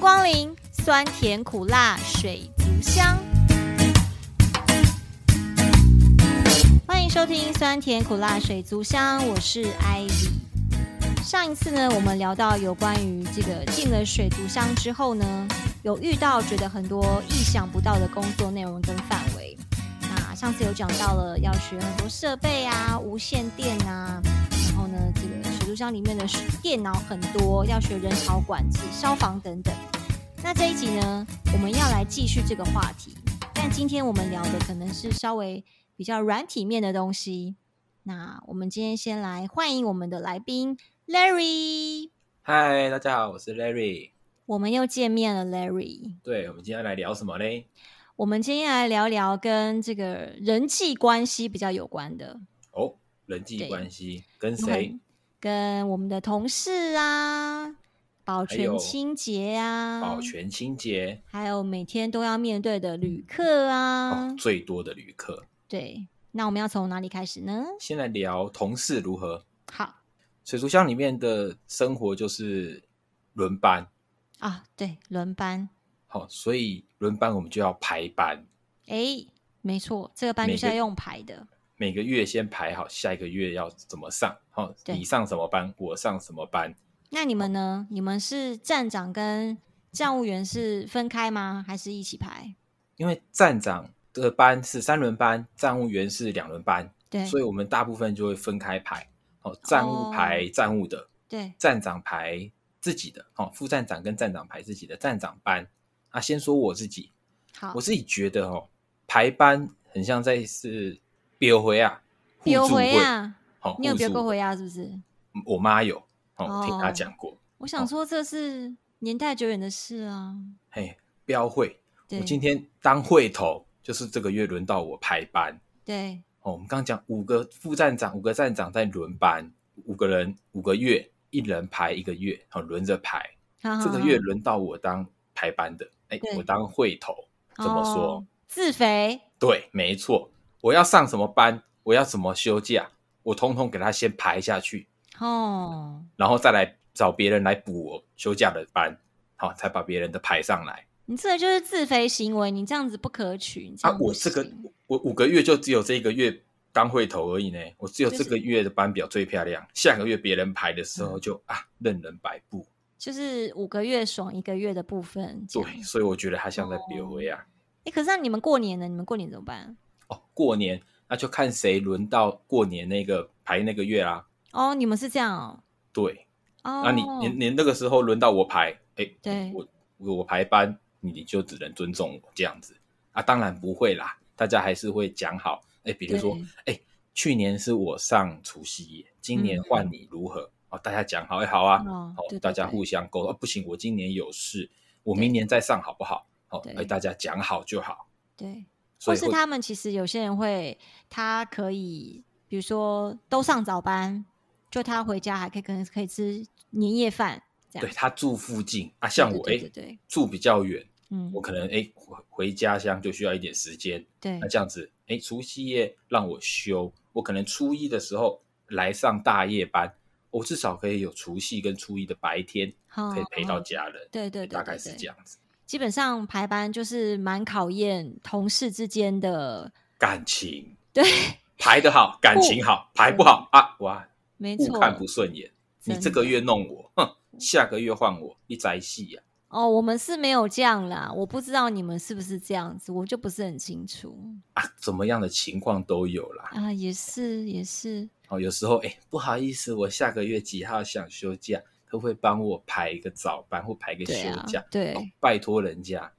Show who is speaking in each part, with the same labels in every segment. Speaker 1: 光临，酸甜苦辣水族箱。欢迎收听酸甜苦辣水族箱，我是 Ivy。上一次呢，我们聊到有关于这个进了水族箱之后呢，有遇到觉得很多意想不到的工作内容跟范围。那上次有讲到了要学很多设备啊，无线电啊，然后呢，这个水族箱里面的电脑很多，要学人潮管制、消防等等。那这一集呢，我们要来继续这个话题，但今天我们聊的可能是稍微比较软体面的东西。那我们今天先来欢迎我们的来宾 Larry，
Speaker 2: 嗨，大家好，我是 Larry。
Speaker 1: 我们又见面了，Larry。
Speaker 2: 对，我们今天来聊什么嘞？
Speaker 1: 我们今天来聊聊跟这个人际关系比较有关的，
Speaker 2: 哦，人际关系跟
Speaker 1: 有
Speaker 2: 谁
Speaker 1: 很？跟我们的同事啊、保
Speaker 2: 还
Speaker 1: 全
Speaker 2: 有
Speaker 1: 清洁啊、
Speaker 2: 保全清洁
Speaker 1: 还有每天都要面对的旅客啊。
Speaker 2: 哦，最多的旅客。
Speaker 1: 对，那我们要从哪里开始呢？
Speaker 2: 先来聊同事如何？
Speaker 1: 好
Speaker 2: 水族箱里面的生活就是轮班，
Speaker 1: 啊，对，轮班，
Speaker 2: 好、所以轮班我们就要排班，
Speaker 1: 诶，没错，这个班就
Speaker 2: 每
Speaker 1: 是要
Speaker 2: 个
Speaker 1: 用排的，
Speaker 2: 每个月先排好下一个月要怎么上。好、
Speaker 1: 对
Speaker 2: 你上什么班，我上什么班。
Speaker 1: 那你们呢？你们是站长跟站务员是分开吗？还是一起排？
Speaker 2: 因为站长的班是三轮班，站务员是两轮班，
Speaker 1: 对
Speaker 2: 所以我们大部分就会分开排。哦，站务排站务的，
Speaker 1: 对，
Speaker 2: 站长排自己的，哦，副站长跟站长排自己的站长班。啊，先说我自己，
Speaker 1: 好
Speaker 2: 我，自己觉得哦，排班很像在是标回啊，互
Speaker 1: 标
Speaker 2: 助
Speaker 1: 回
Speaker 2: 会，
Speaker 1: 啊，
Speaker 2: 好，
Speaker 1: 你有
Speaker 2: 互
Speaker 1: 标
Speaker 2: 助
Speaker 1: 过
Speaker 2: 会
Speaker 1: 回啊？是不是？
Speaker 2: 我妈有，哦，我听她
Speaker 1: 哦
Speaker 2: 讲过，
Speaker 1: 我想
Speaker 2: 哦
Speaker 1: 说这是年代久远的事啊。
Speaker 2: 嘿，标会，
Speaker 1: 对，
Speaker 2: 我今天当会头，就是这个月轮到我排班。
Speaker 1: 对
Speaker 2: 哦，我们刚刚讲五个副站长，五个站长在轮班，五个人五个月，一人排一个月，哦，轮着排。
Speaker 1: 好
Speaker 2: 这
Speaker 1: 好
Speaker 2: 个月
Speaker 1: 好
Speaker 2: 轮到我当排班的，哎
Speaker 1: 嗯对，
Speaker 2: 我当会头，怎么说？
Speaker 1: 哦自肥
Speaker 2: 对，没错，我要上什么班，我要怎么休假，我统统给他先排下去，
Speaker 1: 哦，
Speaker 2: 然后再来找别人来补我休假的班，好，才把别人的排上来。
Speaker 1: 你这个就是自肥行为，你这样子不可取。你这
Speaker 2: 啊
Speaker 1: 样，不
Speaker 2: 我这个
Speaker 1: 行
Speaker 2: 我五个月就只有这个月当会头而已呢，我只有
Speaker 1: 就
Speaker 2: 这个
Speaker 1: 是嗯
Speaker 2: 月的班表最漂亮，下个月别人排的时候就、啊任人摆布。
Speaker 1: 就是五个月爽一个月的部分。这样
Speaker 2: 对，所以我觉得他像
Speaker 1: 哦
Speaker 2: 在别回啊。
Speaker 1: 诶，可是那你们过年呢？你们过年怎么办？
Speaker 2: 哦，过年那就看谁轮到过年那个排那个月啦、
Speaker 1: 哦，你们是这样哦。
Speaker 2: 对，
Speaker 1: 哦，
Speaker 2: 那、啊你你你那个时候轮到我排，哎，
Speaker 1: 对
Speaker 2: 我我我排班，你就只能尊重我这样子啊。当然不会啦，大家还是会讲好。哎，比如说
Speaker 1: 对，
Speaker 2: 哎，去年是我上除夕夜，今年
Speaker 1: 嗯
Speaker 2: 换你如何？哦，大家讲好，哎，好啊，
Speaker 1: 哦
Speaker 2: 好
Speaker 1: 对对，
Speaker 2: 大家
Speaker 1: 对
Speaker 2: 互相沟通。哦不行，我今年有事，我
Speaker 1: 对
Speaker 2: 明年再上好不好？好
Speaker 1: 对，
Speaker 2: 哎，大家讲好就好。
Speaker 1: 对，
Speaker 2: 所
Speaker 1: 或
Speaker 2: 以
Speaker 1: 是
Speaker 2: 会
Speaker 1: 他们其实有些人会，他可以比如说都上早班，就他回家还可以可能可以吃年夜饭这样
Speaker 2: 对。他住附近啊，像我
Speaker 1: 对
Speaker 2: 哎
Speaker 1: 对对对，
Speaker 2: 住比较远，
Speaker 1: 嗯
Speaker 2: 我，可能哎回回家乡就需要一点时间。
Speaker 1: 对
Speaker 2: 那这样子，哎，除夕夜让我休，我可能初一的时候来上大夜班，我至少可以有除夕跟初一的白天
Speaker 1: 可
Speaker 2: 可以陪到家人，
Speaker 1: 对哦对对，
Speaker 2: 大
Speaker 1: 对
Speaker 2: 概是
Speaker 1: 对
Speaker 2: 这样子。
Speaker 1: 基本上排班就是蛮考验同事之间的，
Speaker 2: 感情
Speaker 1: 对，
Speaker 2: 排得好，感情好；排不好啊，哇，
Speaker 1: 哦嗯没
Speaker 2: 互
Speaker 1: 错。
Speaker 2: 看不顺眼。你
Speaker 1: 真
Speaker 2: 这个
Speaker 1: 的
Speaker 2: 月弄我，哼，下个月换我，一宅戏啊呀、
Speaker 1: 哦，我们是没有这样啦，我不知道你们是不是这样子，我就不是很清楚
Speaker 2: 啊，怎么样的情况都有啦。
Speaker 1: 啊。也是也是，
Speaker 2: 哦，有时候哎，不好意思，我下个月几号想休假，可不可以帮我排一个早班或排一个休
Speaker 1: 对啊
Speaker 2: 假？，
Speaker 1: 对、
Speaker 2: 哦拜托人家，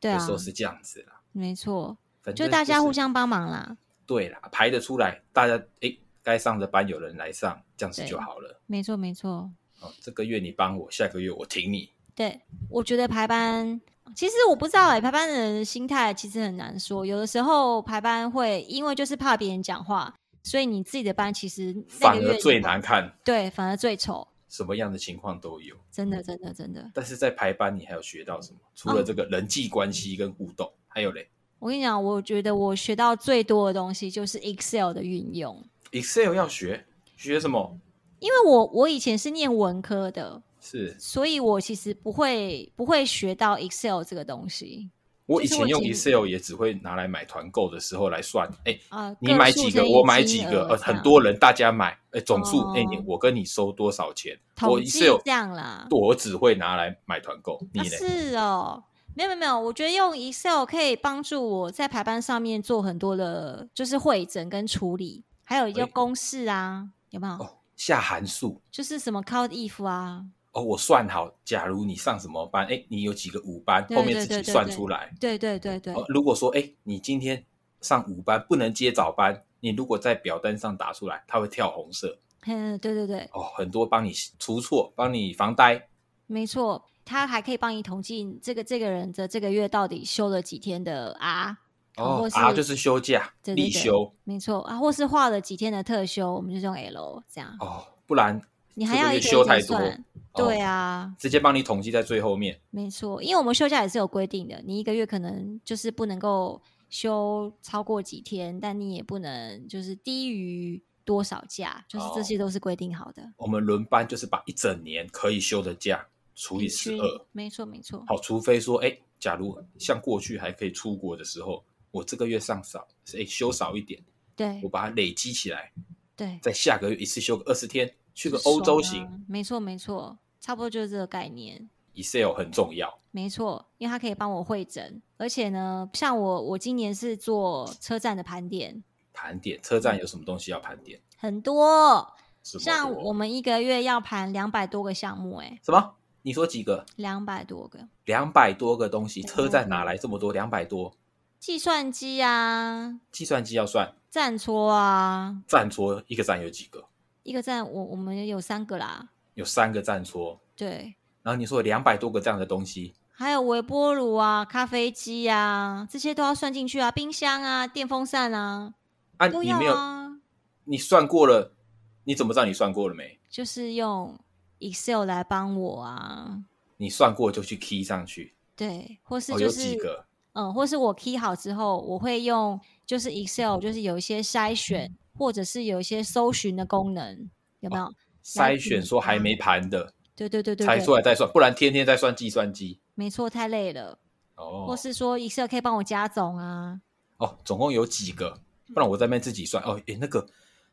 Speaker 1: 对
Speaker 2: 有
Speaker 1: 啊
Speaker 2: 时，候是这样子啦，
Speaker 1: 没错，
Speaker 2: 反
Speaker 1: 就
Speaker 2: 正
Speaker 1: 大家互
Speaker 2: 是
Speaker 1: 相帮忙啦，
Speaker 2: 对啦，排得出来，大家诶，该上的班有人来上，这样子
Speaker 1: 对
Speaker 2: 就好了。
Speaker 1: 没错没错。
Speaker 2: 哦，这个月你帮我，下个月我挺你。
Speaker 1: 对，我觉得排班，其实我不知道哎、排班的人的心态其实很难说。有的时候排班会因为就是怕别人讲话，所以你自己的班其实那
Speaker 2: 反
Speaker 1: 个月
Speaker 2: 而最难，看，
Speaker 1: 对，反而最丑，
Speaker 2: 什么样的情况都有。
Speaker 1: 真的真的真的。
Speaker 2: 但是在排班，你还有学到什么？除
Speaker 1: 嗯
Speaker 2: 了这个人际关系跟互动，还有嘞
Speaker 1: 我跟你讲，我觉得我学到最多的东西就是 Excel 的运用，
Speaker 2: ，Excel 要学，学什么？
Speaker 1: 因为我我以前是念文科的，
Speaker 2: 是
Speaker 1: 所以我其实不会不会学到 Excel 这个东西
Speaker 2: 我
Speaker 1: 就
Speaker 2: 以
Speaker 1: 是
Speaker 2: 前
Speaker 1: 我
Speaker 2: 用
Speaker 1: 仅
Speaker 2: Excel 也只会拿来买团购的时候来算，哎，
Speaker 1: 啊。
Speaker 2: 你
Speaker 1: 个
Speaker 2: 买
Speaker 1: 数
Speaker 2: 几
Speaker 1: 乘
Speaker 2: 个，
Speaker 1: 以
Speaker 2: 我买
Speaker 1: 金
Speaker 2: 几个，
Speaker 1: 额
Speaker 2: 呃，
Speaker 1: 这
Speaker 2: 很
Speaker 1: 样
Speaker 2: 多人大家买，哎，总数，哎，你
Speaker 1: 哦
Speaker 2: 我跟你收多少钱？我
Speaker 1: 统计
Speaker 2: Excel
Speaker 1: 这样啦。
Speaker 2: 我只会拿来买团购，你
Speaker 1: 啊、
Speaker 2: 呢？
Speaker 1: 是哦，没有没有没有，我觉得用 Excel 可以帮助我在排班上面做很多的，就是会诊跟处理，还有一些
Speaker 2: 哎
Speaker 1: 公式啊，有没有？
Speaker 2: 哦，下函数
Speaker 1: 就是什么 count if 啊，
Speaker 2: 哦，我算好，假如你上什么班，哎，你有几个五班，
Speaker 1: 对
Speaker 2: 后面
Speaker 1: 对
Speaker 2: 自
Speaker 1: 对
Speaker 2: 己
Speaker 1: 对
Speaker 2: 算
Speaker 1: 对
Speaker 2: 出来。
Speaker 1: 对对对对，
Speaker 2: 哦，如果说哎，你今天上五班不能接早班，你如果在表单上打出来，它会跳红色。
Speaker 1: 嗯，对对对，
Speaker 2: 哦，很多帮你除错，帮你防呆。
Speaker 1: 没错，他还可以帮你统计这个这个人的这个月到底休了几天的啊，
Speaker 2: 哦
Speaker 1: 或是
Speaker 2: 啊，就是休假
Speaker 1: 对对
Speaker 2: 必
Speaker 1: 对
Speaker 2: 休
Speaker 1: 没错啊，或是画了几天的特休，我们就用 L 这样，
Speaker 2: 哦，不然
Speaker 1: 你还
Speaker 2: 这个
Speaker 1: 要
Speaker 2: 月
Speaker 1: 一个
Speaker 2: 休
Speaker 1: 一
Speaker 2: 太
Speaker 1: 个
Speaker 2: 多
Speaker 1: 算，
Speaker 2: 哦
Speaker 1: 对啊，
Speaker 2: 直接帮你统计在最后面。
Speaker 1: 没错，因为我们休假也是有规定的，你一个月可能就是不能够休超过几天，但你也不能就是低于多少假，就是这
Speaker 2: 哦
Speaker 1: 些都是规定好的。
Speaker 2: 我们轮班就是把一整年可以休的假除以十
Speaker 1: 平均
Speaker 2: 二，
Speaker 1: 没错没错，
Speaker 2: 好，除非说，哎，假如像过去还可以出国的时候，我这个月上少，哎，休少一点，
Speaker 1: 对
Speaker 2: 我把它累积起来，
Speaker 1: 对，
Speaker 2: 在下个月一次休个二十天，去个
Speaker 1: 就是
Speaker 2: 欧洲
Speaker 1: 爽
Speaker 2: 行、
Speaker 1: 啊，没错没错，差不多就是这个概念。
Speaker 2: e x c e l 很重要。
Speaker 1: 没错，因为它可以帮我会诊，而且呢，像我我今年是做车站的盘点，
Speaker 2: 盘点车站有什么东西要盘点？
Speaker 1: 很多，
Speaker 2: 什么
Speaker 1: 像
Speaker 2: 多
Speaker 1: 我们一个月要盘两百多个项目、欸，哎，
Speaker 2: 什么？你说几个？
Speaker 1: 两百多个，
Speaker 2: 两百多个东西，
Speaker 1: 200
Speaker 2: 车站哪来这么多？两百多，
Speaker 1: 计算机啊，
Speaker 2: 计算机要算，
Speaker 1: 站戳啊，
Speaker 2: 站桌一个站有几个？
Speaker 1: 一个站我我们有三个啦，
Speaker 2: 有三个站桌，
Speaker 1: 对，
Speaker 2: 然后你说有两百多个这样的东西，
Speaker 1: 还有微波炉啊、咖啡机啊，这些都要算进去啊，冰箱啊、电风扇啊，
Speaker 2: 啊，
Speaker 1: 都
Speaker 2: 你
Speaker 1: 要
Speaker 2: 没有，
Speaker 1: 啊，
Speaker 2: 你算过了，你怎么知道你算过了没？
Speaker 1: 就是用 Excel 来帮我啊，
Speaker 2: 你算过就去 key 上去，
Speaker 1: 对，或是
Speaker 2: 哦，
Speaker 1: 就
Speaker 2: 有
Speaker 1: 是、
Speaker 2: 几个
Speaker 1: 嗯，或是我 key 好之后，我会用就是 Excel，就是有一些筛
Speaker 2: 嗯
Speaker 1: 选，或者是有一些搜寻的功能，有没有？
Speaker 2: 哦筛选说还没盘的，
Speaker 1: 对对嗯对对
Speaker 2: 才出
Speaker 1: 对，
Speaker 2: 来再算，不然天天在算计算机。
Speaker 1: 没错，太累了。或
Speaker 2: 哦
Speaker 1: 是说 Excel 可以帮我加总啊，
Speaker 2: 哦，总共有几个？不然我在那边自己算。哦，诶，那个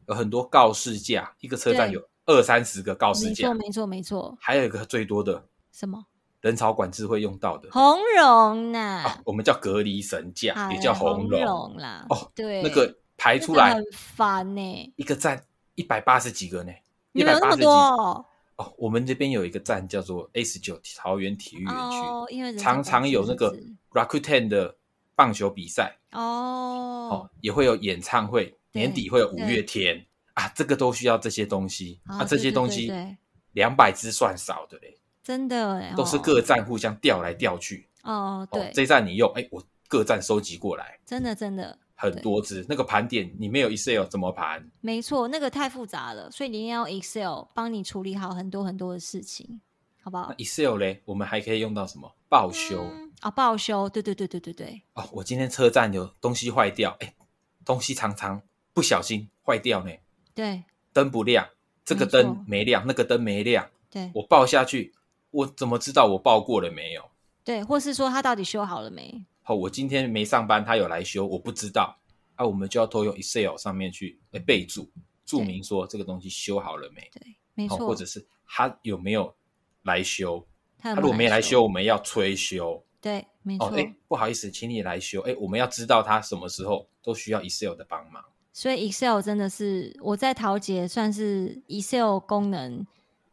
Speaker 2: 有很多告示架，一个车站
Speaker 1: 对
Speaker 2: 有二三十个告示
Speaker 1: 没错
Speaker 2: 架，
Speaker 1: 没错没错，
Speaker 2: 还有一个最多的
Speaker 1: 什么
Speaker 2: 人潮管制会用到的，
Speaker 1: 红绒呐、
Speaker 2: 啊，我们叫隔离绳架，
Speaker 1: 哎
Speaker 2: 哦也叫
Speaker 1: 红
Speaker 2: 红龙。
Speaker 1: 绒啦。
Speaker 2: 哦，
Speaker 1: 对，
Speaker 2: 那个排
Speaker 1: 真
Speaker 2: 出
Speaker 1: 的
Speaker 2: 来
Speaker 1: 很烦呢、
Speaker 2: 一个站一百八十几个呢，
Speaker 1: 你
Speaker 2: 一
Speaker 1: 们
Speaker 2: 百
Speaker 1: 有那
Speaker 2: 八
Speaker 1: 么
Speaker 2: 十几
Speaker 1: 多哦
Speaker 2: 哦。我们这边有一个站叫做 A 十九桃园体育园区，
Speaker 1: 哦，因为人家
Speaker 2: 常常有那个
Speaker 1: 管制是
Speaker 2: Rakuten 的棒球比赛
Speaker 1: 不是哦
Speaker 2: 哦，，也会有演唱会，
Speaker 1: 对
Speaker 2: 年底会有五
Speaker 1: 对
Speaker 2: 月天啊，这个都需要这些东西
Speaker 1: 啊
Speaker 2: 啊，这
Speaker 1: 对
Speaker 2: 些
Speaker 1: 对
Speaker 2: 东
Speaker 1: 对
Speaker 2: 西
Speaker 1: 对
Speaker 2: 两百只算少的嘞，
Speaker 1: 真的哎、
Speaker 2: 都是
Speaker 1: 哦
Speaker 2: 各站互相调来调去。
Speaker 1: 哦，
Speaker 2: 哦
Speaker 1: 对，，
Speaker 2: 这站你用，哎，我各站收集过来
Speaker 1: 真的真的
Speaker 2: 很多只，那个盘点你没有 Excel 怎么盘？
Speaker 1: 没错，那个太复杂了，所以你一定要 Excel 帮你处理好很多很多的事情，好不好
Speaker 2: 那？Excel 嘞，我们还可以用到什么报修？
Speaker 1: 嗯啊，报修，对对对对对对，
Speaker 2: 哦，我今天车站有东西坏掉，哎，东西常常不小心坏掉呢，
Speaker 1: 对
Speaker 2: 灯不亮，这个
Speaker 1: 没错
Speaker 2: 灯没亮，那个灯没亮，
Speaker 1: 对
Speaker 2: 我报下去，我怎么知道我报过了没有？
Speaker 1: 对，或是说他到底修好了没？
Speaker 2: 好、我今天没上班，他有来修，我不知道，啊，我们就要偷用 Excel 上面去哎备注注明说这个东西修好了没，
Speaker 1: 对，没
Speaker 2: 好、
Speaker 1: 错，
Speaker 2: 哦或者是他有没有来修，
Speaker 1: 他有
Speaker 2: 他如果没来
Speaker 1: 来
Speaker 2: 修，，我们要催修。
Speaker 1: 对，没错。
Speaker 2: 哦，哎，不好意思，请你来修。哎，我们要知道他什么时候都需要 Excel 的帮忙。
Speaker 1: 所以 Excel 真的是我在桃姐算是 Excel 功能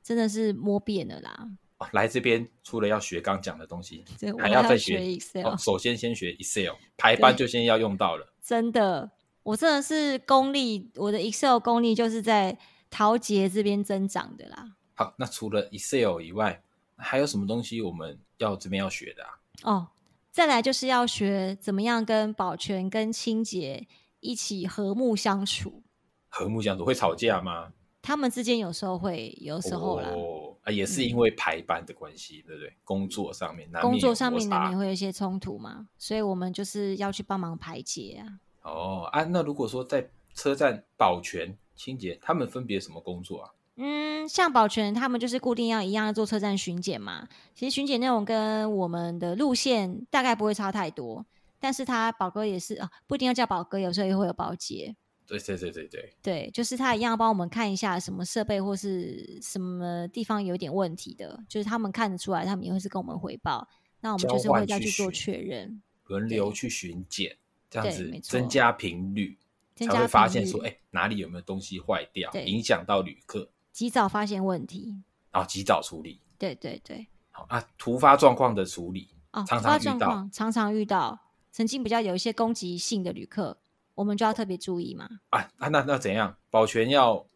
Speaker 1: 真的是摸遍了啦，
Speaker 2: 哦来这边除了要学刚讲的东西，
Speaker 1: 对，我
Speaker 2: 还
Speaker 1: 要
Speaker 2: 再
Speaker 1: 学
Speaker 2: 学。
Speaker 1: Excel，、
Speaker 2: 哦，首先先学 Excel，排班就先要用到了。
Speaker 1: 真的，我真的是功力，我的 Excel 功力就是在桃姐这边增长的啦。
Speaker 2: 好，那除了 Excel 以外，还有什么东西我们要这边要学的啊？
Speaker 1: 哦，再来就是要学怎么样跟保全跟清洁一起和睦相处，
Speaker 2: 和睦相处会吵架吗？
Speaker 1: 他们之间有时候会，有时候啦，
Speaker 2: 哦，啊，也是因为排班的关系，对不对？工作上面，难免
Speaker 1: 嗯工作
Speaker 2: 有
Speaker 1: 上
Speaker 2: 摩
Speaker 1: 面
Speaker 2: 擦
Speaker 1: 难免会有一些冲突嘛，所以我们就是要去帮忙排解啊。
Speaker 2: 哦啊。那如果说在车站保全、清洁，他们分别什么工作啊？
Speaker 1: 嗯，像保全他们就是固定要一样要做车站巡检嘛。其实巡检内容跟我们的路线大概不会差太多，但是他宝哥也是啊，不一定要叫宝哥，有时候也会有保洁。
Speaker 2: 对对对对对，
Speaker 1: 对，就是他一样帮我们看一下什么设备或是什么地方有点问题的，就是他们看得出来，他们也会是跟我们汇报，那我们就是
Speaker 2: 交换
Speaker 1: 会再
Speaker 2: 去
Speaker 1: 去做
Speaker 2: 学
Speaker 1: 确认，
Speaker 2: 轮流去巡检，这样
Speaker 1: 对
Speaker 2: 子
Speaker 1: 没错
Speaker 2: 增加频率，
Speaker 1: 增
Speaker 2: 才
Speaker 1: 加
Speaker 2: 会发
Speaker 1: 频
Speaker 2: 现
Speaker 1: 率
Speaker 2: 说，哎、哪里有没有东西坏掉，
Speaker 1: 对
Speaker 2: 影响到旅客，
Speaker 1: 及早发现问题。
Speaker 2: 然后及早处理。
Speaker 1: 对对对，
Speaker 2: 好啊，突发状况的处理，
Speaker 1: 哦，
Speaker 2: 常
Speaker 1: 突发
Speaker 2: 常遇
Speaker 1: 状
Speaker 2: 到
Speaker 1: 况常常遇到，曾经比较有一些攻击性的旅客，我们就要特别注意嘛，
Speaker 2: 啊，那那那怎样？保全要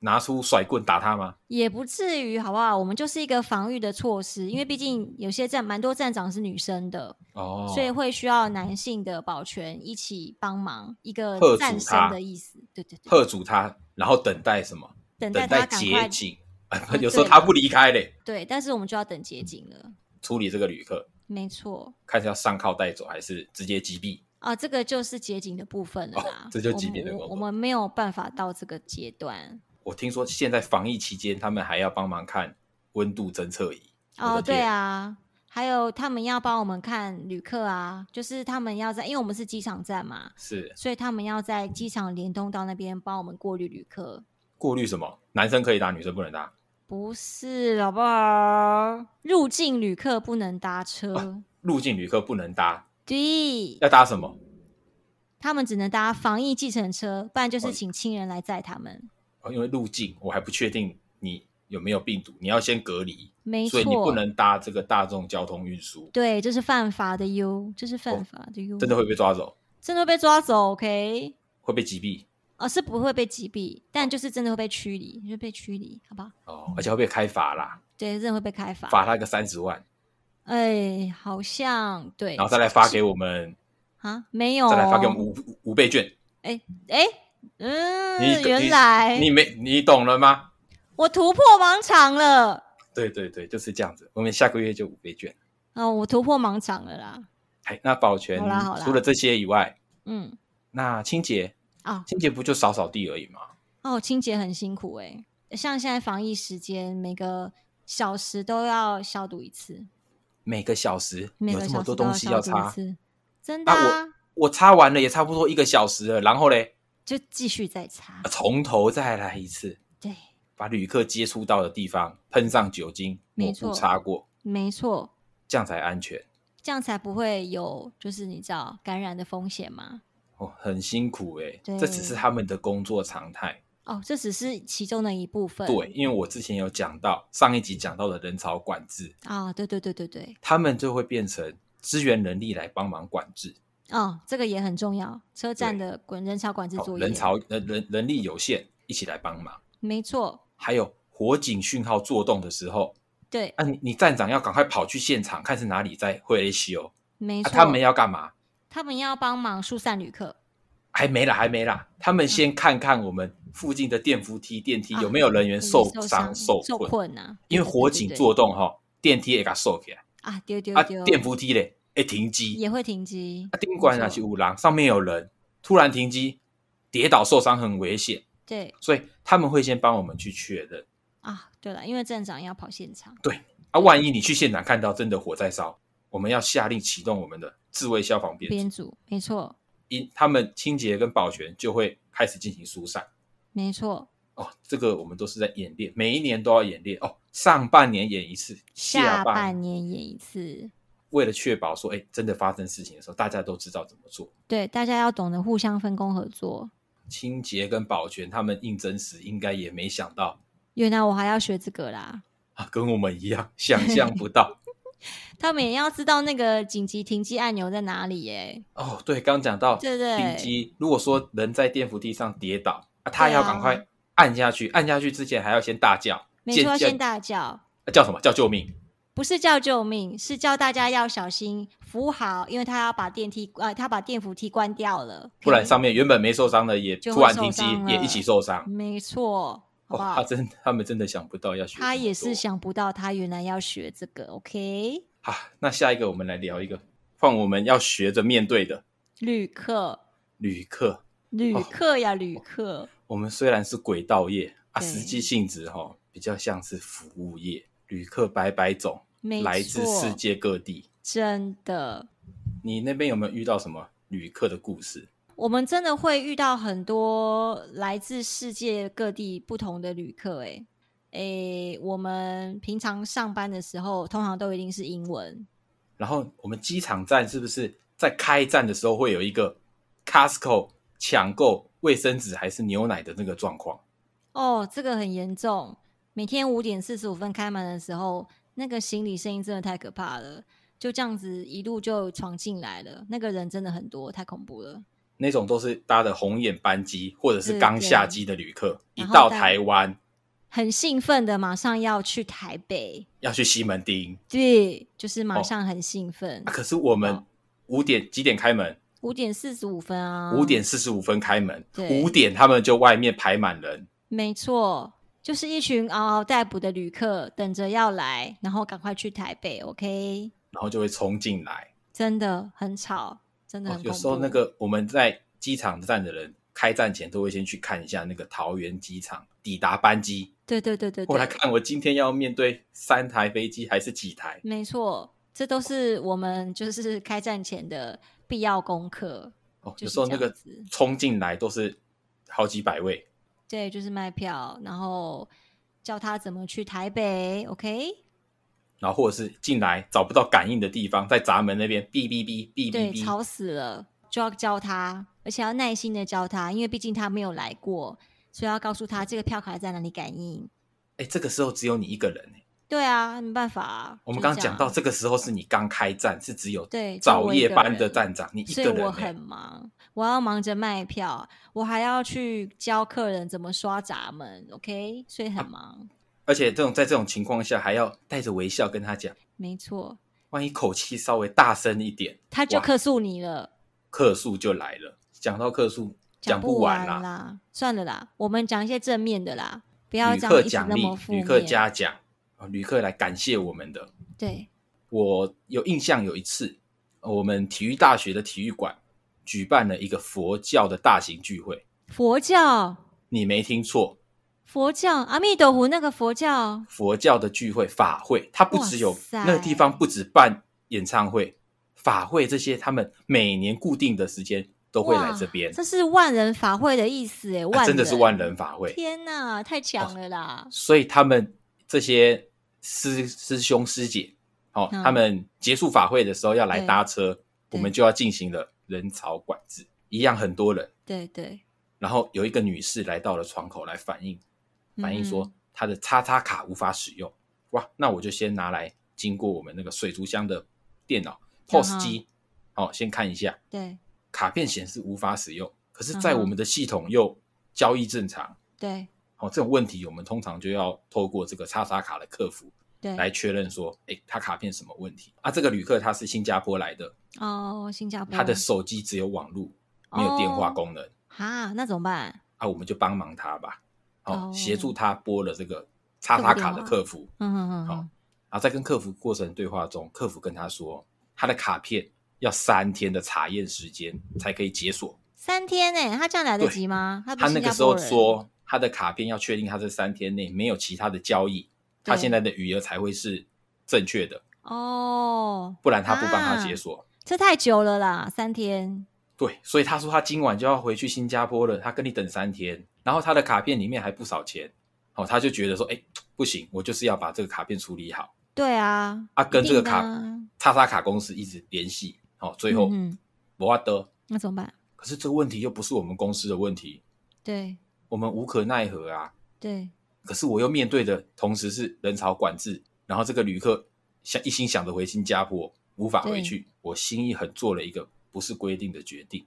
Speaker 2: 拿出甩棍打他吗？
Speaker 1: 也不至于好不好？我们就是一个防御的措施，因为毕竟有些站蛮多站长是女生的，
Speaker 2: 哦，
Speaker 1: 所以会需要男性的保全一起帮忙，一个
Speaker 2: 喝阻
Speaker 1: 战
Speaker 2: 他
Speaker 1: 胜的意思。对对对，
Speaker 2: 喝阻他，然后等待什么？
Speaker 1: 等待
Speaker 2: 等
Speaker 1: 他
Speaker 2: 待
Speaker 1: 赶
Speaker 2: 解
Speaker 1: 快
Speaker 2: 禁。
Speaker 1: 哦
Speaker 2: 有时候
Speaker 1: 对
Speaker 2: 他
Speaker 1: 了
Speaker 2: 不离开嘞，
Speaker 1: 对，但是我们就要等解禁了，
Speaker 2: 处理这个旅客，
Speaker 1: 没错。
Speaker 2: 看是要上铐带走还是直接击毙。
Speaker 1: 啊，这个就是解禁的部分了
Speaker 2: 哦
Speaker 1: 啦。
Speaker 2: 这就是
Speaker 1: 我
Speaker 2: 解
Speaker 1: 们
Speaker 2: 禁的
Speaker 1: 我
Speaker 2: 部
Speaker 1: 我
Speaker 2: 分
Speaker 1: 们没有办法到这个阶段。
Speaker 2: 我听说现在防疫期间，他们还要帮忙看温度侦测仪。我
Speaker 1: 哦，
Speaker 2: 的
Speaker 1: 对
Speaker 2: 天，
Speaker 1: 啊，还有他们要帮我们看旅客啊，就是他们要在，因为我们是机场站嘛，
Speaker 2: 是
Speaker 1: 所以他们要在机场联通道那边帮我们过滤旅客。
Speaker 2: 过滤什么？男生可以打，女生不能打。
Speaker 1: 不是，好不好？入境旅客不能搭车，
Speaker 2: 入境旅客不能搭，
Speaker 1: 对，
Speaker 2: 要搭什么？
Speaker 1: 他们只能搭防疫计程车，不然就
Speaker 2: 哦
Speaker 1: 是请亲人来载他们。
Speaker 2: 哦因为入境我还不确定你有没有病毒，你要先隔离，
Speaker 1: 没错，
Speaker 2: 所以你不能搭这个大众交通运输，
Speaker 1: 对，这是犯法的哟，这是犯法的哟、
Speaker 2: 哦真的会被抓走，
Speaker 1: 真的会被抓走，OK？
Speaker 2: 会被击毙
Speaker 1: 哦，是不会被击毙，但就是真的会被驱离，就是被驱离，好不好？
Speaker 2: 哦，而且会被开罚啦，
Speaker 1: 对，真的会被开罚。
Speaker 2: 罚他个三十万，
Speaker 1: 哎，好像对，
Speaker 2: 然后再来发给我们，
Speaker 1: 啊，没有、哦，
Speaker 2: 再来发给我们五五倍券，
Speaker 1: 哎，嗯，
Speaker 2: 你
Speaker 1: 原来
Speaker 2: 你没你懂了吗？
Speaker 1: 我突破盲场了，
Speaker 2: 对对对，就是这样子。我们下个月就五倍券。
Speaker 1: 啊、我突破盲场了啦，
Speaker 2: 哎，那保全
Speaker 1: 好啦好啦
Speaker 2: 除了这些以外，
Speaker 1: 嗯，
Speaker 2: 那清洁
Speaker 1: 啊、
Speaker 2: 清洁不就扫扫地而已吗？
Speaker 1: 哦，清洁很辛苦哎、像现在防疫时间，每个小时都要消毒一次，
Speaker 2: 每个小时
Speaker 1: 每
Speaker 2: 有
Speaker 1: 个
Speaker 2: 这
Speaker 1: 小
Speaker 2: 么多
Speaker 1: 时都
Speaker 2: 东西
Speaker 1: 消
Speaker 2: 要
Speaker 1: 毒一
Speaker 2: 擦，
Speaker 1: 次，真的、
Speaker 2: 啊我我擦完了也差不多一个小时了，然后嘞，
Speaker 1: 就继续再擦
Speaker 2: 啊，从头再来一次，
Speaker 1: 对，
Speaker 2: 把旅客接触到的地方喷上酒精，
Speaker 1: 没
Speaker 2: 抹布
Speaker 1: 错
Speaker 2: 擦过，
Speaker 1: 没错，
Speaker 2: 这样才安全。
Speaker 1: 这样才不会有就是你知道感染的风险嘛。
Speaker 2: 哦，很辛苦哎、
Speaker 1: 对
Speaker 2: 这只是他们的工作常态。
Speaker 1: 哦，这只是其中的一部分。
Speaker 2: 对，因为我之前有讲到上一集讲到的人潮管制，
Speaker 1: 啊、对对对对对，
Speaker 2: 他们就会变成支援人力来帮忙管制。
Speaker 1: 哦，这个也很重要。车站的管人潮管制
Speaker 2: 好
Speaker 1: 作业，
Speaker 2: 哦人潮人人人力有限，一起来帮忙。
Speaker 1: 没错，
Speaker 2: 还有火警讯号作动的时候，
Speaker 1: 对，
Speaker 2: 啊，你你站长要赶快跑去现场，看是哪里在会修、
Speaker 1: 没
Speaker 2: 啊，
Speaker 1: 错。
Speaker 2: 他们要干嘛？
Speaker 1: 他们要帮忙疏散旅客，
Speaker 2: 还没啦，还没啦，他们先看看我们附近的电扶梯、电梯
Speaker 1: 嗯啊
Speaker 2: 有没有人员受伤、
Speaker 1: 伤、
Speaker 2: 受
Speaker 1: 受
Speaker 2: 困，
Speaker 1: 困啊，
Speaker 2: 因为
Speaker 1: 对
Speaker 2: 火警作动哈，电梯也给它收起来，
Speaker 1: 对对对对啊，丢丢，丢，
Speaker 2: 啊电扶梯嘞，哎停机，
Speaker 1: 也会停机
Speaker 2: 啊，，宾馆啊
Speaker 1: 没
Speaker 2: 是
Speaker 1: 错
Speaker 2: 五郎，上面有人突然停机，跌倒受伤很危险，
Speaker 1: 对
Speaker 2: 所以他们会先帮我们去确认。
Speaker 1: 啊，对了，因为站长要跑现场，
Speaker 2: 啊，万一你去现场看到真的火在烧，我们要下令启动我们的自卫消防编
Speaker 1: 编
Speaker 2: 组，
Speaker 1: 组，没错，
Speaker 2: 因他们清洁跟保全就会开始进行疏散。
Speaker 1: 没错，
Speaker 2: 哦，这个我们都是在演练，每一年都要演练哦，上半年演一次，
Speaker 1: 下
Speaker 2: 半
Speaker 1: 半年演一次，
Speaker 2: 为了确保说，哎，真的发生事情的时候，大家都知道怎么做。
Speaker 1: 对，大家要懂得互相分工合作。
Speaker 2: 清洁跟保全他们应征时，应该也没想到
Speaker 1: 原来我还要学这个啦，
Speaker 2: 啊，跟我们一样，想象不 到。
Speaker 1: 他们也要知道那个紧急停机按钮在哪里耶、
Speaker 2: 哦，对，刚讲到
Speaker 1: 对对
Speaker 2: 停机，如果说人在电扶梯上跌倒，啊、他要赶
Speaker 1: 对
Speaker 2: 快按下去，按下去之前还要先大叫，
Speaker 1: 没错，要
Speaker 2: 尖
Speaker 1: 先大叫，
Speaker 2: 啊叫什么叫救命？
Speaker 1: 不是叫救命，是叫大家要小心扶好，因为他要把电梯呃，他把电扶梯关掉了，
Speaker 2: 不然上面原本没受伤的也
Speaker 1: 就
Speaker 2: 突
Speaker 1: 会
Speaker 2: 然停
Speaker 1: 受
Speaker 2: 机
Speaker 1: 伤，
Speaker 2: 也一
Speaker 1: 了
Speaker 2: 起受伤。
Speaker 1: 没错，好
Speaker 2: 哦，
Speaker 1: 不好？
Speaker 2: 他真他们真的想不到要学这么多，
Speaker 1: 他也是想不到，他原来要学这个，OK？
Speaker 2: 啊。那下一个我们来聊一个，换我们要学着面对的
Speaker 1: 旅客，
Speaker 2: 旅客。哦
Speaker 1: 旅客呀，旅客，
Speaker 2: 我们虽然是轨道业，啊，
Speaker 1: 对
Speaker 2: 实际性质哈、比较像是服务业，旅客百百种，
Speaker 1: 没
Speaker 2: 来自
Speaker 1: 错
Speaker 2: 世界各地。
Speaker 1: 真的，
Speaker 2: 你那边有没有遇到什么旅客的故事？
Speaker 1: 我们真的会遇到很多来自世界各地不同的旅客、欸，诶、我们平常上班的时候，通常都一定是英文，
Speaker 2: 然后我们机场站是不是在开站的时候会有一个 Costco 抢购卫生纸还是牛奶的那个状况？
Speaker 1: 哦，这个很严重。每天五点四十五分开门的时候，那个行李声音真的太可怕了，就这样子一路就闯进来了。那个人真的很多，太恐怖了。
Speaker 2: 那种都是搭的红眼班机或者是刚下机的旅客，
Speaker 1: 对
Speaker 2: 一
Speaker 1: 对
Speaker 2: 到台湾
Speaker 1: 很兴奋的，马上要去台北，
Speaker 2: 要去西门町
Speaker 1: 对，就是马
Speaker 2: 哦
Speaker 1: 上很兴奋
Speaker 2: 啊，。可是我们
Speaker 1: 哦
Speaker 2: 五点几点开门？
Speaker 1: 五点四十五分啊，
Speaker 2: 五点四十五分开门，
Speaker 1: 对
Speaker 2: 五点他们就外面排满人，
Speaker 1: 没错，就是一群嗷嗷待哺的旅客，等着要来，然后赶快去台北。OK，
Speaker 2: 然后就会冲进来。
Speaker 1: 真的很吵，真的
Speaker 2: 哦
Speaker 1: 很、恐怖。
Speaker 2: 有时候那个我们在机场站的人开站前都会先去看一下那个桃园机场抵达班机，
Speaker 1: 对对对对对，
Speaker 2: 我来看我今天要面对三台飞机还是几台？
Speaker 1: 没错，这都是我们就是开战前的必要功课。
Speaker 2: 哦，
Speaker 1: 就
Speaker 2: 有
Speaker 1: 是
Speaker 2: 时候那
Speaker 1: 这样
Speaker 2: 个
Speaker 1: 子
Speaker 2: 冲进来都是好几百位，
Speaker 1: 对，就是卖票，然后教他怎么去台北。OK，
Speaker 2: 然后或者是进来找不到感应的地方，在闸门那边哔哔哔哔
Speaker 1: 对，
Speaker 2: 哔
Speaker 1: 吵
Speaker 2: 哔，
Speaker 1: 死了，就要教他，而且要耐心的教他，因为毕竟他没有来过，所以要告诉他这个票卡在哪里感应。
Speaker 2: 哎，这个时候只有你一个人哎。
Speaker 1: 对啊，没办法啊、
Speaker 2: 我
Speaker 1: 就是
Speaker 2: 们刚刚
Speaker 1: 这样
Speaker 2: 讲到，这个时候是你刚开站，是只有
Speaker 1: 对
Speaker 2: 早夜班
Speaker 1: 就我一个
Speaker 2: 的
Speaker 1: 人
Speaker 2: 站长，你一
Speaker 1: 所
Speaker 2: 个
Speaker 1: 以
Speaker 2: 人
Speaker 1: 我
Speaker 2: 欸
Speaker 1: 很忙，我要忙着卖票，我还要去教客人怎么刷闸门，OK，所以
Speaker 2: 啊
Speaker 1: 很忙，
Speaker 2: 而且这种在这种情况下，还要带着微笑跟他讲，
Speaker 1: 没错，
Speaker 2: 万一口气稍微大声一点，
Speaker 1: 他就
Speaker 2: 哇
Speaker 1: 客诉你了，
Speaker 2: 客诉就来了。讲到客诉，讲
Speaker 1: 不
Speaker 2: 完
Speaker 1: 啦，算了啦，我们讲一些正面的啦，不要
Speaker 2: 旅
Speaker 1: 这
Speaker 2: 客
Speaker 1: 样一直
Speaker 2: 奖
Speaker 1: 那
Speaker 2: 励
Speaker 1: 么，负
Speaker 2: 旅
Speaker 1: 面，
Speaker 2: 客嘉奖，啊旅客来感谢我们的。
Speaker 1: 对，
Speaker 2: 我有印象有一次，呃我们体育大学的体育馆举办了一个佛教的大型聚会，
Speaker 1: 佛教，
Speaker 2: 你没听错，
Speaker 1: 佛教，阿弥陀佛那个佛教，
Speaker 2: 佛教的聚会法会，它不只
Speaker 1: 哇
Speaker 2: 有
Speaker 1: 塞
Speaker 2: 那个地方不止办演唱会、法会这些，他们每年固定的时间都会来
Speaker 1: 哇
Speaker 2: 这边，
Speaker 1: 这是万人法会的意思哎，
Speaker 2: 啊
Speaker 1: 万
Speaker 2: 真的是万人，法会，
Speaker 1: 天哪，太强了啦，
Speaker 2: 所以他们这些师师兄师姐，哦，
Speaker 1: 嗯
Speaker 2: 他们结束法会的时候要来
Speaker 1: 对
Speaker 2: 搭车，我们
Speaker 1: 对
Speaker 2: 就要进行了人潮管制，一样很多人。
Speaker 1: 对对，
Speaker 2: 然后有一个女士来到了窗口来反映，反映
Speaker 1: 嗯
Speaker 2: 说她的叉叉卡无法使用。哇，那我就先拿来经过我们那个水族箱的电
Speaker 1: 嗯
Speaker 2: 脑 POS 机，哦，先看一下
Speaker 1: 对
Speaker 2: 卡片显示无法使用，可是，
Speaker 1: 嗯哼
Speaker 2: 在我们的系统又交易正常。
Speaker 1: 对
Speaker 2: 哦，这种问题我们通常就要透过这个叉叉卡的客服
Speaker 1: 对，
Speaker 2: 来确认说，诶，他卡片什么问题啊？这个旅客他是新加坡来的，
Speaker 1: 哦，新加坡
Speaker 2: 他的手机只有网络，没有电话
Speaker 1: 哦
Speaker 2: 功能。
Speaker 1: 哈，那怎么办？
Speaker 2: 啊，我们就帮忙他吧，哦，
Speaker 1: 哦
Speaker 2: 协助他拨了这个叉叉卡的客服，
Speaker 1: 嗯哼哼
Speaker 2: 好、
Speaker 1: 哼，
Speaker 2: 然后在跟客服过程对话中，客服跟他说，他的卡片要三天的查验时间才可以解锁。
Speaker 1: 三天呢、欸他这样来得及吗？他不
Speaker 2: 他
Speaker 1: 是
Speaker 2: 那
Speaker 1: 新
Speaker 2: 个
Speaker 1: 加
Speaker 2: 时
Speaker 1: 坡
Speaker 2: 候
Speaker 1: 人，
Speaker 2: 说，他的卡片要确定他这三天内没有其他的交易，他
Speaker 1: 对
Speaker 2: 现在的余额才会是正确的，
Speaker 1: 哦，
Speaker 2: 不然他不帮他解
Speaker 1: 啊
Speaker 2: 锁。
Speaker 1: 这太久了啦，三天，
Speaker 2: 对，所以他说他今晚就要回去新加坡了，他跟你等三天，然后他的卡片里面还不少钱，哦，他就觉得说，哎，不行，我就是要把这个卡片处理好
Speaker 1: 对啊，
Speaker 2: 啊，跟这个卡
Speaker 1: 一定的啊
Speaker 2: 叉叉卡公司一直联系，哦，最后
Speaker 1: 嗯哼
Speaker 2: 我的，
Speaker 1: 那怎么办？
Speaker 2: 可是这个问题又不是我们公司的问题，
Speaker 1: 对
Speaker 2: 我们无可奈何啊。
Speaker 1: 对，
Speaker 2: 可是我又面对的同时是人潮管制，然后这个旅客想一心想着回新加坡，无法回
Speaker 1: 对
Speaker 2: 去，我心一狠，做了一个不是规定的决定。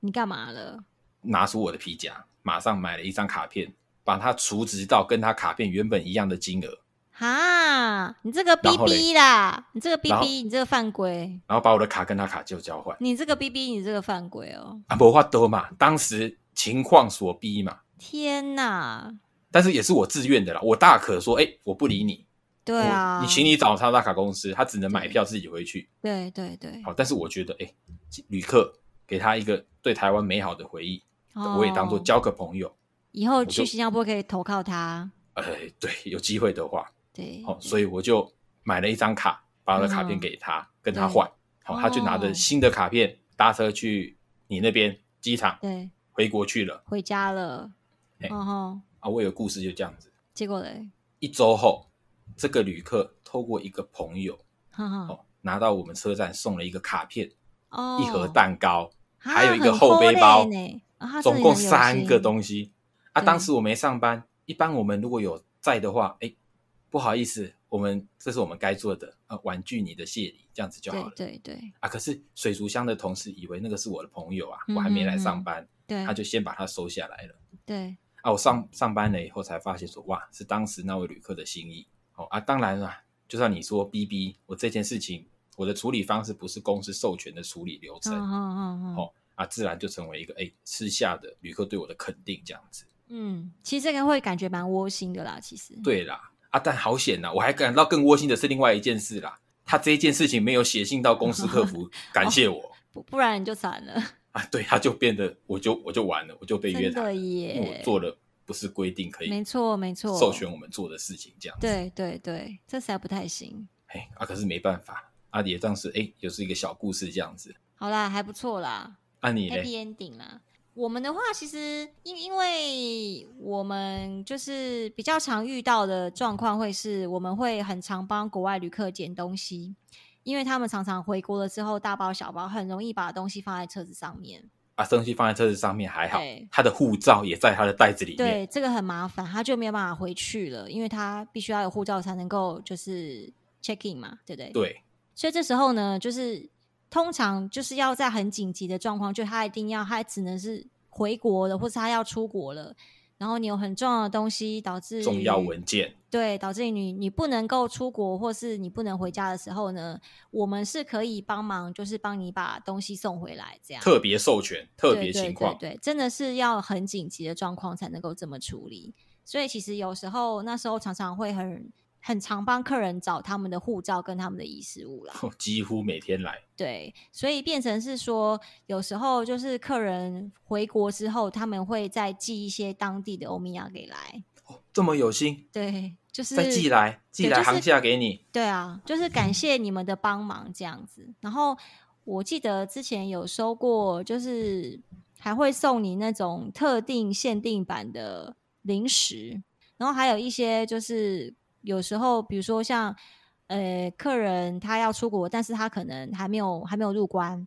Speaker 1: 你干嘛了？
Speaker 2: 拿出我的皮夹，马上买了一张卡片，把它储值到跟他卡片原本一样的金额，
Speaker 1: 哈，你这个逼
Speaker 2: 然后嘞
Speaker 1: 逼啦，你这个逼
Speaker 2: 然后
Speaker 1: 逼，你这个犯规，
Speaker 2: 然后把我的卡跟他卡就交换。
Speaker 1: 你这个逼逼，你这个犯规哦！
Speaker 2: 啊，不话多嘛，当时情况所逼嘛，
Speaker 1: 天哪，
Speaker 2: 但是也是我自愿的啦。我大可说，哎、我不理你，
Speaker 1: 对啊，
Speaker 2: 我哦你请你找他大卡公司，他只能买票自己回去。
Speaker 1: 对对对，
Speaker 2: 好，但是我觉得，哎、旅客给他一个对台湾美好的回忆，我也当做
Speaker 1: 哦
Speaker 2: 交个朋友。
Speaker 1: 以后
Speaker 2: 就
Speaker 1: 去新加坡可以投靠他。
Speaker 2: 哎，对，有机会的话，
Speaker 1: 对，
Speaker 2: 好、哦所以我就买了一张卡，把我的卡片给他，跟他换，好、他就拿着
Speaker 1: 嗯哦
Speaker 2: 新的卡片搭车去你那边机场
Speaker 1: 对，
Speaker 2: 回国去了
Speaker 1: 回家了。
Speaker 2: 嘿
Speaker 1: 然后
Speaker 2: 啊。我有故事就这样子，
Speaker 1: 结果嘞，
Speaker 2: 一周后，这个旅客透过一个朋友，
Speaker 1: 哈哈，
Speaker 2: 哦，拿到我们车站送了一个卡片，
Speaker 1: 嗯哦，
Speaker 2: 一盒蛋糕，
Speaker 1: 啊，
Speaker 2: 还有一个
Speaker 1: 很
Speaker 2: 后背包
Speaker 1: 抠嘞呢啊他真的
Speaker 2: 总共
Speaker 1: 很有
Speaker 2: 三个
Speaker 1: 心
Speaker 2: 东西。啊，
Speaker 1: 对
Speaker 2: 当时我没上班，一般我们如果有在的话，哎，不好意思，我们这是我们该做的，呃，婉拒你的谢礼，这样子就好
Speaker 1: 对
Speaker 2: 了。
Speaker 1: 对对
Speaker 2: 啊，可是水族箱的同事以为那个是我的朋友啊，我还
Speaker 1: 嗯
Speaker 2: 没来上班，
Speaker 1: 对，
Speaker 2: 他就先把它收下来了。
Speaker 1: 对
Speaker 2: 啊，我上上班了以后才发现说，哇，是当时那位旅客的心意。哦啊，当然啦，就算你说 B B，我这件事情我的处理方式不是公司授权的处理流程，
Speaker 1: 嗯嗯嗯嗯
Speaker 2: 哦啊，自然就成为一个哎私下的旅客对我的肯定这样子。
Speaker 1: 嗯，其实这个会感觉蛮窝心的啦，其实
Speaker 2: 对啦，啊，但好险呐，我还感到更窝心的是另外一件事啦，他这一件事情没有写信到公司客 服
Speaker 1: 哦
Speaker 2: 感谢我、
Speaker 1: 不不然你就惨了，
Speaker 2: 啊，对，他就变得我就我就完了，我就 被约
Speaker 1: 真
Speaker 2: 谈
Speaker 1: 的
Speaker 2: 了，因为
Speaker 1: 耶
Speaker 2: 我，做了不是规定可
Speaker 1: 没
Speaker 2: 以
Speaker 1: 错没错，
Speaker 2: 授 权我们做的事情这样子。
Speaker 1: 对对对，这实在不太行。
Speaker 2: 哎啊，可是没办法，啊，也当时哎，也是一个小故事这样子。
Speaker 1: 好啦，还不错啦
Speaker 2: 啊，你嘞？
Speaker 1: ，Happy Ending 啦。我们的话，其实因因为我们就是比较常遇到的状况，会是我们会很常帮国外旅客捡东西，因为他们常常回国了之后大包小包，很容易把东西放在车子上面。
Speaker 2: 啊，东西放在车子上面还好
Speaker 1: 对，
Speaker 2: 他的护照也在他的袋子里面。
Speaker 1: 对，这个很麻烦，他就没有办法回去了，因为他必须要有护照才能够就是 check in 嘛，对不对？
Speaker 2: 对
Speaker 1: 所以这时候呢，就是通常就是要在很紧急的状况，就他一定要，他只能是回国了，或是他要出国了，然后你有很重要的东西，导致
Speaker 2: 重要文件，
Speaker 1: 对，导致你你不能够出国，或是你不能回家的时候呢，我们是可以帮忙，就是帮你把东西送回来，这样
Speaker 2: 特别授权，特别情况。
Speaker 1: 对对对对，真的是要很紧急的状况才能够这么处理。所以其实有时候那时候常常会很很常帮客人找他们的护照跟他们的遗失物啦。
Speaker 2: 哦几乎每天来，
Speaker 1: 对，所以变成是说，有时候就是客人回国之后，他们会再寄一些当地的欧米亚给来。
Speaker 2: 哦，这么有心，
Speaker 1: 对，就是
Speaker 2: 再寄来，寄来
Speaker 1: 就是
Speaker 2: 行下给你。
Speaker 1: 对啊，就是感
Speaker 2: 嗯
Speaker 1: 谢你们的帮忙这样子。然后我记得之前有收过，就是还会送你那种特定限定版的零食，然后还有一些就是有时候，比如说像呃客人他要出国，但是他可能还没有还没有入关。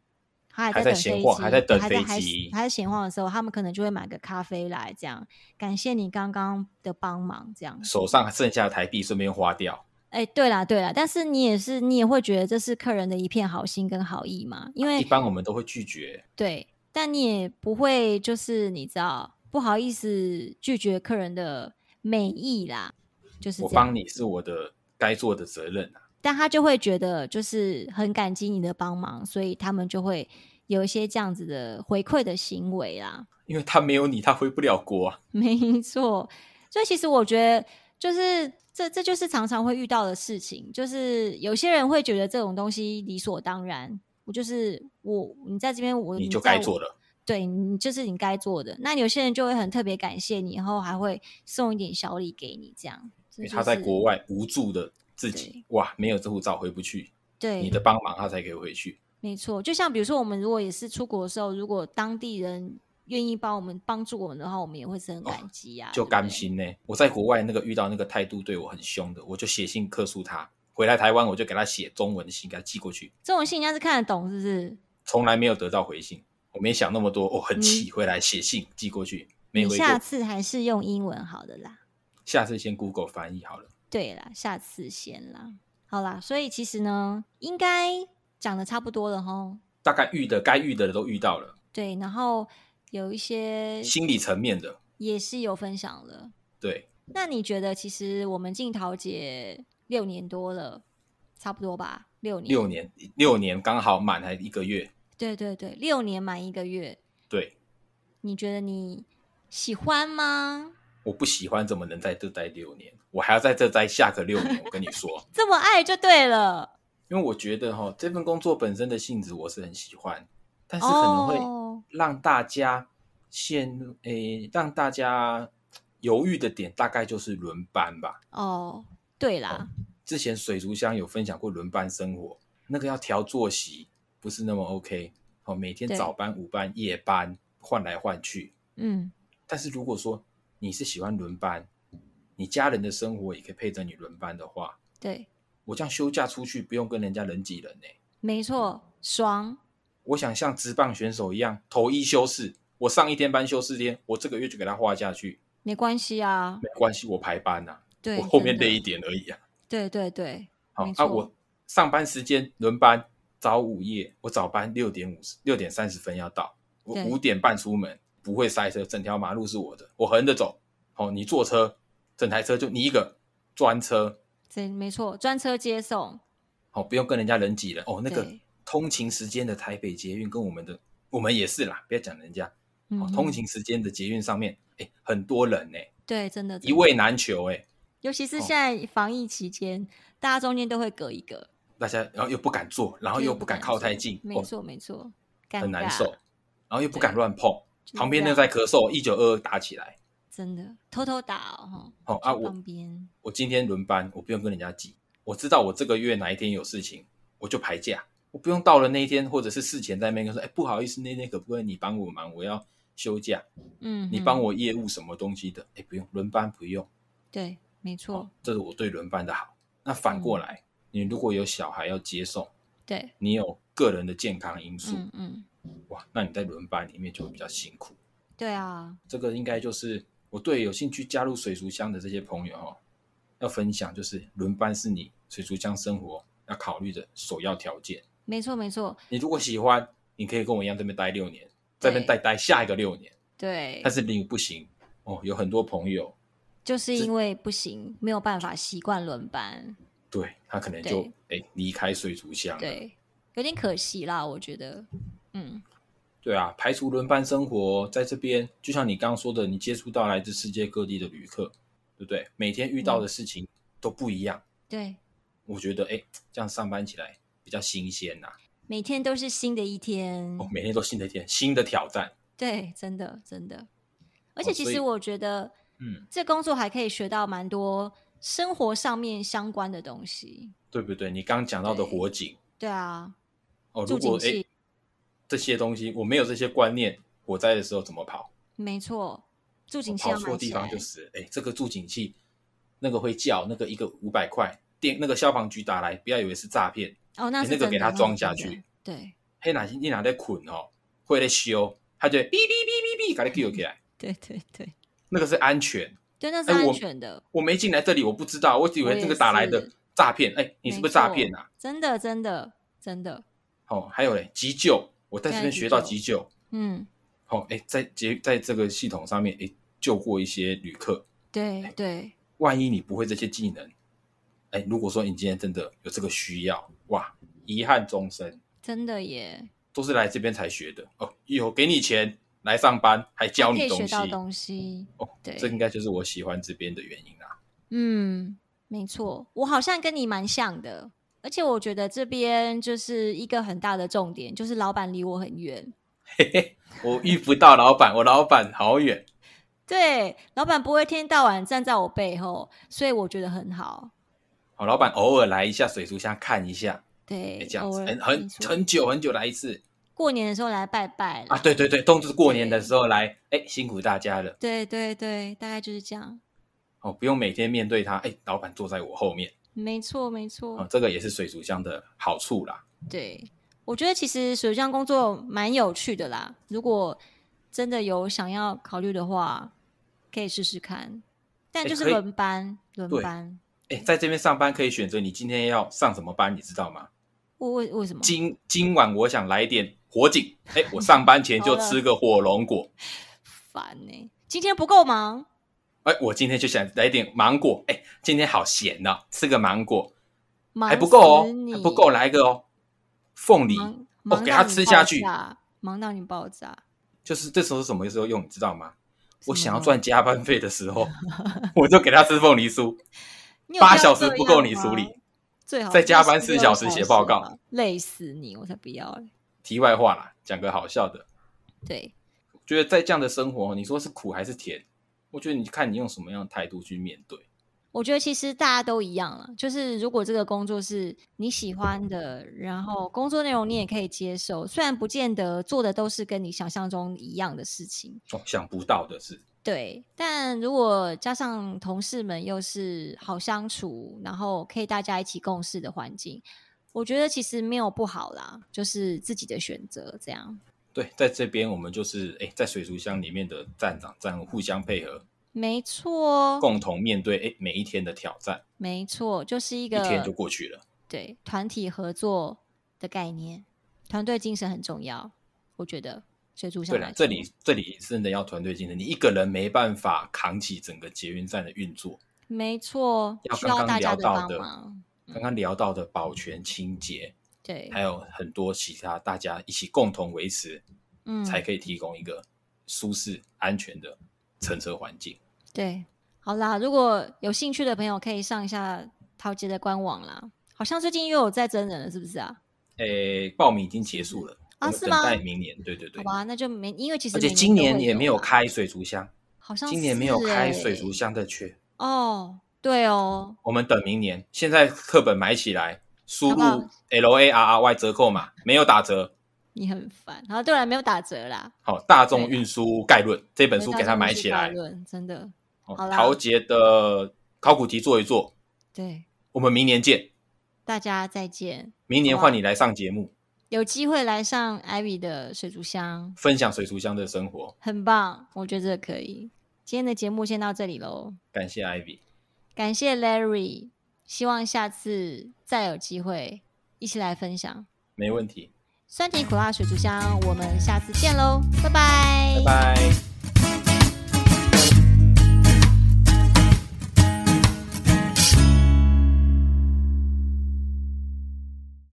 Speaker 1: 他
Speaker 2: 还
Speaker 1: 还在
Speaker 2: 在
Speaker 1: 等
Speaker 2: 闲
Speaker 1: 飞机，
Speaker 2: 晃还在等
Speaker 1: 还
Speaker 2: 飞
Speaker 1: 还
Speaker 2: 机
Speaker 1: 还在闲晃的时候，他们可能就会买个咖啡来，这样感谢你刚刚的帮忙，这样
Speaker 2: 手上剩下的台币顺便花掉，
Speaker 1: 哎，对啦，对啦，但是你也是，你也会觉得这是客人的一片好心跟好意嘛？因
Speaker 2: 啊
Speaker 1: 为
Speaker 2: 一般我们都会拒绝。
Speaker 1: 对，但你也不会就是你知道不好意思拒绝客人的美意啦，就是
Speaker 2: 我
Speaker 1: 这样。
Speaker 2: 帮你是我的该做的责任啊。
Speaker 1: 但他就会觉得就是很感激你的帮忙，所以他们就会有一些这样子的回馈的行为啦。
Speaker 2: 因为他没有你，他回不了国啊。
Speaker 1: 没错，所以其实我觉得，就是这这就是常常会遇到的事情，就是有些人会觉得这种东西理所当然，我就是我，你在这边我
Speaker 2: 你就该做
Speaker 1: 的，
Speaker 2: 了。
Speaker 1: 对你就是你该做的。那有些人就会很特别感谢你，然后还会送一点小礼给你，这样。
Speaker 2: 因为
Speaker 1: 这
Speaker 2: 他在
Speaker 1: 就是
Speaker 2: 国外无助的自己
Speaker 1: 对，
Speaker 2: 哇，没有这护照回不去，
Speaker 1: 对
Speaker 2: 你的帮忙他才可以回去。
Speaker 1: 没错，就像比如说，我们如果也是出国的时候，如果当地人愿意帮我们帮助我们的话，我们也会是很
Speaker 2: 哦
Speaker 1: 感激啊，
Speaker 2: 就
Speaker 1: 对不
Speaker 2: 甘
Speaker 1: 对。
Speaker 2: 心呢、我在国外那个遇到那个态度对我很凶的，我就写信客诉他。回来台湾我就给他写中文的信，给他寄过去，
Speaker 1: 这种信人家是看得懂，是不是？
Speaker 2: 从来没有得到回信。我没想那么多，我、很气，回来写信寄过去，没
Speaker 1: 嗯你
Speaker 2: 回
Speaker 1: 下
Speaker 2: 过。
Speaker 1: 次还是用英文好的啦。
Speaker 2: 下次先 Google 翻译好了。
Speaker 1: 对啦，下次先啦。好啦，所以其实呢，应该讲的差不多了吼。
Speaker 2: 大概遇的该遇的都遇到了，
Speaker 1: 对，然后有一些
Speaker 2: 心理层面的，
Speaker 1: 也是有分享了。
Speaker 2: 对，
Speaker 1: 那你觉得，其实我们静桃姐六年多了，差不多吧？六年，
Speaker 2: 六，年六年刚好满还一个月，
Speaker 1: 对对对，六年满一个月。
Speaker 2: 对，
Speaker 1: 你觉得你喜欢吗？
Speaker 2: 我不喜欢，怎么能在这待六年？我还要在这待下个六年。我跟你说，
Speaker 1: 这么爱就对了。
Speaker 2: 因为我觉得哈、这份工作本身的性质我是很喜欢，但是可能会
Speaker 1: 哦
Speaker 2: 让大家陷入诶，让大家犹豫的点大概就是轮班吧。
Speaker 1: 哦，对啦，
Speaker 2: 之前水族箱有分享过轮班生活，那个要调作息不是那么 OK。哦，每天
Speaker 1: 对
Speaker 2: 早班、午班、夜班换来换去。
Speaker 1: 嗯，
Speaker 2: 但是如果说你是喜欢轮班，你家人的生活也可以配着你轮班的话，
Speaker 1: 对，
Speaker 2: 我这样休假出去不用跟人家人挤人呢、
Speaker 1: 没错，爽，
Speaker 2: 我想像职棒选手一样，投一休四，我上一天班休四天，我这个月就给他画下去，
Speaker 1: 没关系啊，
Speaker 2: 没关系，我排班呐、
Speaker 1: 对，
Speaker 2: 我后面
Speaker 1: 真的
Speaker 2: 累一，点而已啊。
Speaker 1: 对对对，
Speaker 2: 好
Speaker 1: 没
Speaker 2: 啊，
Speaker 1: 错
Speaker 2: 我上班时间轮班，早午夜，我早班六点五十六点三十分要到，我
Speaker 1: 对
Speaker 2: 五点半出门，不会塞车，整条马路是我的，我横着走。好、你坐车，整台车就你一个专车，
Speaker 1: 这没错，专车接送，
Speaker 2: 好、不用跟人家人挤人。哦，那个
Speaker 1: 对
Speaker 2: 通勤时间的台北捷运跟我们的，我们也是啦，不要讲人家，
Speaker 1: 嗯
Speaker 2: 哦
Speaker 1: 哼，，
Speaker 2: 通勤时间的捷运上面，哎，很多人呢、
Speaker 1: 对，真的，
Speaker 2: 一
Speaker 1: 位，
Speaker 2: 位难求哎、
Speaker 1: 尤其是
Speaker 2: 哦
Speaker 1: 现在防疫期间，大家中间都会隔一个，
Speaker 2: 大家然后又不敢坐，然后
Speaker 1: 对
Speaker 2: 又不敢靠太近，
Speaker 1: 嗯没
Speaker 2: 哦，
Speaker 1: 错没错，
Speaker 2: 很
Speaker 1: 尴
Speaker 2: 难
Speaker 1: 尬
Speaker 2: 受，，然后又不
Speaker 1: 对
Speaker 2: 敢乱碰，
Speaker 1: 就是
Speaker 2: 旁边
Speaker 1: 这
Speaker 2: 那
Speaker 1: 样
Speaker 2: 在咳嗽，一九二二打起来。
Speaker 1: 真的偷偷打哦，
Speaker 2: 哦
Speaker 1: 哈
Speaker 2: 啊，我
Speaker 1: 旁边，
Speaker 2: 我今天轮班，我不用跟人家挤，我知道我这个月哪一天有事情，我就排假，我不用到了那一天或者是事前在那边跟说，哎，不好意思，那天可不可以你帮我忙，我要休假，
Speaker 1: 嗯，
Speaker 2: 你帮，我业务什么东西的，哎，不用轮班不用，
Speaker 1: 对，没错，
Speaker 2: 这是我对轮班的好。那反
Speaker 1: 嗯
Speaker 2: 过来，你如果有小孩要接送，
Speaker 1: 对，
Speaker 2: 你有个人的健康因素，
Speaker 1: 嗯嗯，
Speaker 2: 哇，那你在轮班里面就会比较辛苦。
Speaker 1: 对啊，
Speaker 2: 这个应该就是我对有兴趣加入水族箱的这些朋友哦，要分享就是轮班是你水族箱生活要考虑的首要条件。
Speaker 1: 没错没错，
Speaker 2: 你如果喜欢，你可以跟我一样这边待六年，在那边待待下一个六年。
Speaker 1: 对
Speaker 2: 但，是你不行哦，有很多朋友
Speaker 1: 就是因为不行，没有办法习惯轮班，
Speaker 2: 对他可能就哎离开水族箱了。
Speaker 1: 对，有点可惜啦，我觉得，嗯，
Speaker 2: 对啊，排除轮班生活，在这边就像你刚刚说的，你接触到来自世界各地的旅客，对不对？每天遇
Speaker 1: 嗯
Speaker 2: 到的事情都不一样，
Speaker 1: 对，
Speaker 2: 我觉得哎，这样上班起来比较新鲜呐、
Speaker 1: 每天都是新的一天，
Speaker 2: 哦，每天都新的一天，新的挑战。
Speaker 1: 对，真的真的，而
Speaker 2: 哦
Speaker 1: 且其
Speaker 2: 所以
Speaker 1: 实我觉得
Speaker 2: 嗯，
Speaker 1: 这工作还可以学到蛮多生活上面相关的东西，
Speaker 2: 对不对？你刚刚讲到的
Speaker 1: 对
Speaker 2: 火警
Speaker 1: 对啊，
Speaker 2: 哦，
Speaker 1: 住
Speaker 2: 如果
Speaker 1: 景
Speaker 2: 哎
Speaker 1: 气，
Speaker 2: 这些东西我没有这些观念，火灾的时候怎么跑？
Speaker 1: 没错，住
Speaker 2: 我
Speaker 1: 景气
Speaker 2: 哦跑
Speaker 1: 要
Speaker 2: 错
Speaker 1: 买
Speaker 2: 地
Speaker 1: 起
Speaker 2: 方
Speaker 1: 来
Speaker 2: 就，死了。哎，这个助警器，那个会叫，那个一个五百块，电那个消防局打来，不要以为是诈骗，
Speaker 1: 哦，那
Speaker 2: 哎
Speaker 1: 是
Speaker 2: 那个
Speaker 1: 真
Speaker 2: 给
Speaker 1: 的
Speaker 2: 它
Speaker 1: 是
Speaker 2: 装
Speaker 1: 真
Speaker 2: 下
Speaker 1: 的
Speaker 2: 去，
Speaker 1: 对
Speaker 2: 嘿，哪你哪在捆哦，会在修，他就会哔哔哔哔哔，赶紧 Q 起来，
Speaker 1: 对对对
Speaker 2: 那个是安全。
Speaker 1: 对，那是
Speaker 2: 哎
Speaker 1: 安
Speaker 2: 我
Speaker 1: 全的，
Speaker 2: 我没进来这里，我不知道，我以
Speaker 1: 我
Speaker 2: 为
Speaker 1: 也
Speaker 2: 这个打来的
Speaker 1: 是
Speaker 2: 诈骗，哎，你是不
Speaker 1: 没
Speaker 2: 是诈
Speaker 1: 错
Speaker 2: 骗啊？
Speaker 1: 真的真的真的，
Speaker 2: 哦，还有嘞，急救，我在这
Speaker 1: 对
Speaker 2: 边
Speaker 1: 急
Speaker 2: 学到
Speaker 1: 救
Speaker 2: 急救。
Speaker 1: 嗯，
Speaker 2: 好、哎，在结在这个系统上面，哎，救过一些旅客。哎
Speaker 1: 对对，
Speaker 2: 万一你不会这些技能，哎，如果说你今天真的有这个需要，哇，遗憾终身，
Speaker 1: 真的耶，
Speaker 2: 都是来这边才学的哦。有给你钱来上班，还教
Speaker 1: 还可
Speaker 2: 你
Speaker 1: 以学
Speaker 2: 东西，
Speaker 1: 到东西，
Speaker 2: 哦，
Speaker 1: 对
Speaker 2: 这应该就是我喜欢这边的原因啦。
Speaker 1: 嗯，没错，我好像跟你蛮像的，而且我觉得这边就是一个很大的重点，就是老板离我很远。
Speaker 2: 嘿嘿，我遇不到老板，我老板好远，
Speaker 1: 对，老板不会一天到晚站在我背后，所以我觉得很好。
Speaker 2: 好、老板偶尔来一下水族箱看一下，哎，
Speaker 1: 对
Speaker 2: 这，样
Speaker 1: 偶
Speaker 2: 子，
Speaker 1: 尔
Speaker 2: 很
Speaker 1: 没
Speaker 2: 很
Speaker 1: 错
Speaker 2: 很久很久来一次
Speaker 1: 过年的时候来拜拜啦
Speaker 2: 啊。对对对，都是过年的
Speaker 1: 对
Speaker 2: 时候来，哎，辛苦大家了。
Speaker 1: 对对对，大概就是这样。
Speaker 2: 哦，不用每天面对他，哎，老板坐在我后面，
Speaker 1: 没错，没错。
Speaker 2: 哦，这个也是水族箱的好处啦。
Speaker 1: 对，我觉得其实水上工作蛮有趣的啦。如果真的有想要考虑的话，可以试试看。但
Speaker 2: 诶
Speaker 1: 就是
Speaker 2: 可以
Speaker 1: 轮班，轮
Speaker 2: 对
Speaker 1: 班。
Speaker 2: 哎，在这边上班可以选择你今天要上什么班，你知道
Speaker 1: 嗯
Speaker 2: 吗？
Speaker 1: 为为为什么？
Speaker 2: 今今晚我想来点火警，哎，我上班前
Speaker 1: 好
Speaker 2: 就
Speaker 1: 了
Speaker 2: 吃个火龙果，
Speaker 1: 烦呢、今天不够忙，
Speaker 2: 哎，我今天就想来点芒果，哎，今天好咸呐、吃个芒果
Speaker 1: 忙
Speaker 2: 还不够哦
Speaker 1: 死，你嗯
Speaker 2: 还不够，来个哦，凤梨，
Speaker 1: 忙忙
Speaker 2: 给
Speaker 1: 到
Speaker 2: 它
Speaker 1: 你
Speaker 2: 吃
Speaker 1: 爆
Speaker 2: 下去
Speaker 1: 炸忙到你爆炸。
Speaker 2: 就是这时候是什么时候用，你知道吗？我
Speaker 1: 什么
Speaker 2: 想要
Speaker 1: 时候
Speaker 2: 赚加班费的时候，我就给他吃凤梨酥，
Speaker 1: 你有
Speaker 2: 八
Speaker 1: 必要
Speaker 2: 小时
Speaker 1: 这
Speaker 2: 不够
Speaker 1: 样
Speaker 2: 你处
Speaker 1: 吗
Speaker 2: 理，
Speaker 1: 最好
Speaker 2: 再
Speaker 1: 是
Speaker 2: 加班
Speaker 1: 16
Speaker 2: 4小时写报告
Speaker 1: 吧，累死你，我才不要嘞。
Speaker 2: 题外话啦，讲个好笑的，
Speaker 1: 对，
Speaker 2: 哦觉得在这样的生活，你说是苦还是甜？我觉得你看你用什么样的态度去面对。
Speaker 1: 我觉得其实大家都一样了，就是如果这个工作是你喜欢的，然后工作内容你也可以接受，虽然不见得做的都是跟你想象中一样的事情，
Speaker 2: 哦，想不到的是，
Speaker 1: 对。但如果加上同事们又是好相处，然后可以大家一起共事的环境，我觉得其实没有不好啦，就是自己的选择这样。
Speaker 2: 对，在这边我们就是哎，在水族箱里面的站长站互相配合，
Speaker 1: 没错，
Speaker 2: 共同面对哎每一天的挑战，
Speaker 1: 没错，就是一
Speaker 2: 一
Speaker 1: 个
Speaker 2: 天就过去了。
Speaker 1: 对团体合作的概念，团队精神很重要，我觉得水族箱
Speaker 2: 对
Speaker 1: 来
Speaker 2: 了，
Speaker 1: 说
Speaker 2: 这里这里真的要团队精神，你一个人没办法扛起整个捷运站的运作。
Speaker 1: 没错，
Speaker 2: 要
Speaker 1: 需
Speaker 2: 刚
Speaker 1: 要
Speaker 2: 刚
Speaker 1: 大家
Speaker 2: 聊
Speaker 1: 的
Speaker 2: 到
Speaker 1: 帮
Speaker 2: 的
Speaker 1: 忙，
Speaker 2: 刚刚聊到的保全、清洁，
Speaker 1: 嗯对，
Speaker 2: 还有很多其他大家一起共同维持，
Speaker 1: 嗯，
Speaker 2: 才可以提供一个舒适、安全的乘车环境。
Speaker 1: 对，好啦，如果有兴趣的朋友可以上一下陶杰的官网啦，好像最近又有在真人了，是不是啊？
Speaker 2: 诶，报名已经结束了，
Speaker 1: 啊
Speaker 2: 我们
Speaker 1: 是
Speaker 2: 等
Speaker 1: 吗
Speaker 2: 待明年。对对
Speaker 1: 好
Speaker 2: 对，
Speaker 1: 吧，那就没，因为其实
Speaker 2: 而且
Speaker 1: 每
Speaker 2: 今
Speaker 1: 都
Speaker 2: 年
Speaker 1: 会
Speaker 2: 也没有
Speaker 1: 啦，
Speaker 2: 开水族箱，
Speaker 1: 好像
Speaker 2: 今年没
Speaker 1: 是
Speaker 2: 有开
Speaker 1: 欸
Speaker 2: 水族箱的缺，
Speaker 1: 哦，对哦，
Speaker 2: 我们等明年。现在课本买起来，输
Speaker 1: 好不好
Speaker 2: 入 L A R R Y 折扣码，没有打折。
Speaker 1: 你很烦，然后对了，没有打折啦，
Speaker 2: 好，《大众
Speaker 1: 对
Speaker 2: 运输概论》这本
Speaker 1: 没
Speaker 2: 书
Speaker 1: 打
Speaker 2: 给
Speaker 1: 折
Speaker 2: 他
Speaker 1: 不
Speaker 2: 买
Speaker 1: 是
Speaker 2: 起
Speaker 1: 大
Speaker 2: 来。
Speaker 1: 论真的
Speaker 2: 哦
Speaker 1: 好啦
Speaker 2: 陶杰的考古题做一做，
Speaker 1: 对，
Speaker 2: 我们明年见。
Speaker 1: 大家再见，
Speaker 2: 明年
Speaker 1: 好啊
Speaker 2: 换你来上节目，
Speaker 1: 有机会来上 Ivy 的水族箱，
Speaker 2: 分享水族箱的生活。
Speaker 1: 很棒，我觉得这个可以。今天的节目先到这里喽。
Speaker 2: 感谢 Ivy，
Speaker 1: 感谢 Larry，希望下次再有机会一起来分享
Speaker 2: 没问题，
Speaker 1: 酸甜苦辣水族箱。我们下次见喽，拜
Speaker 2: 拜拜。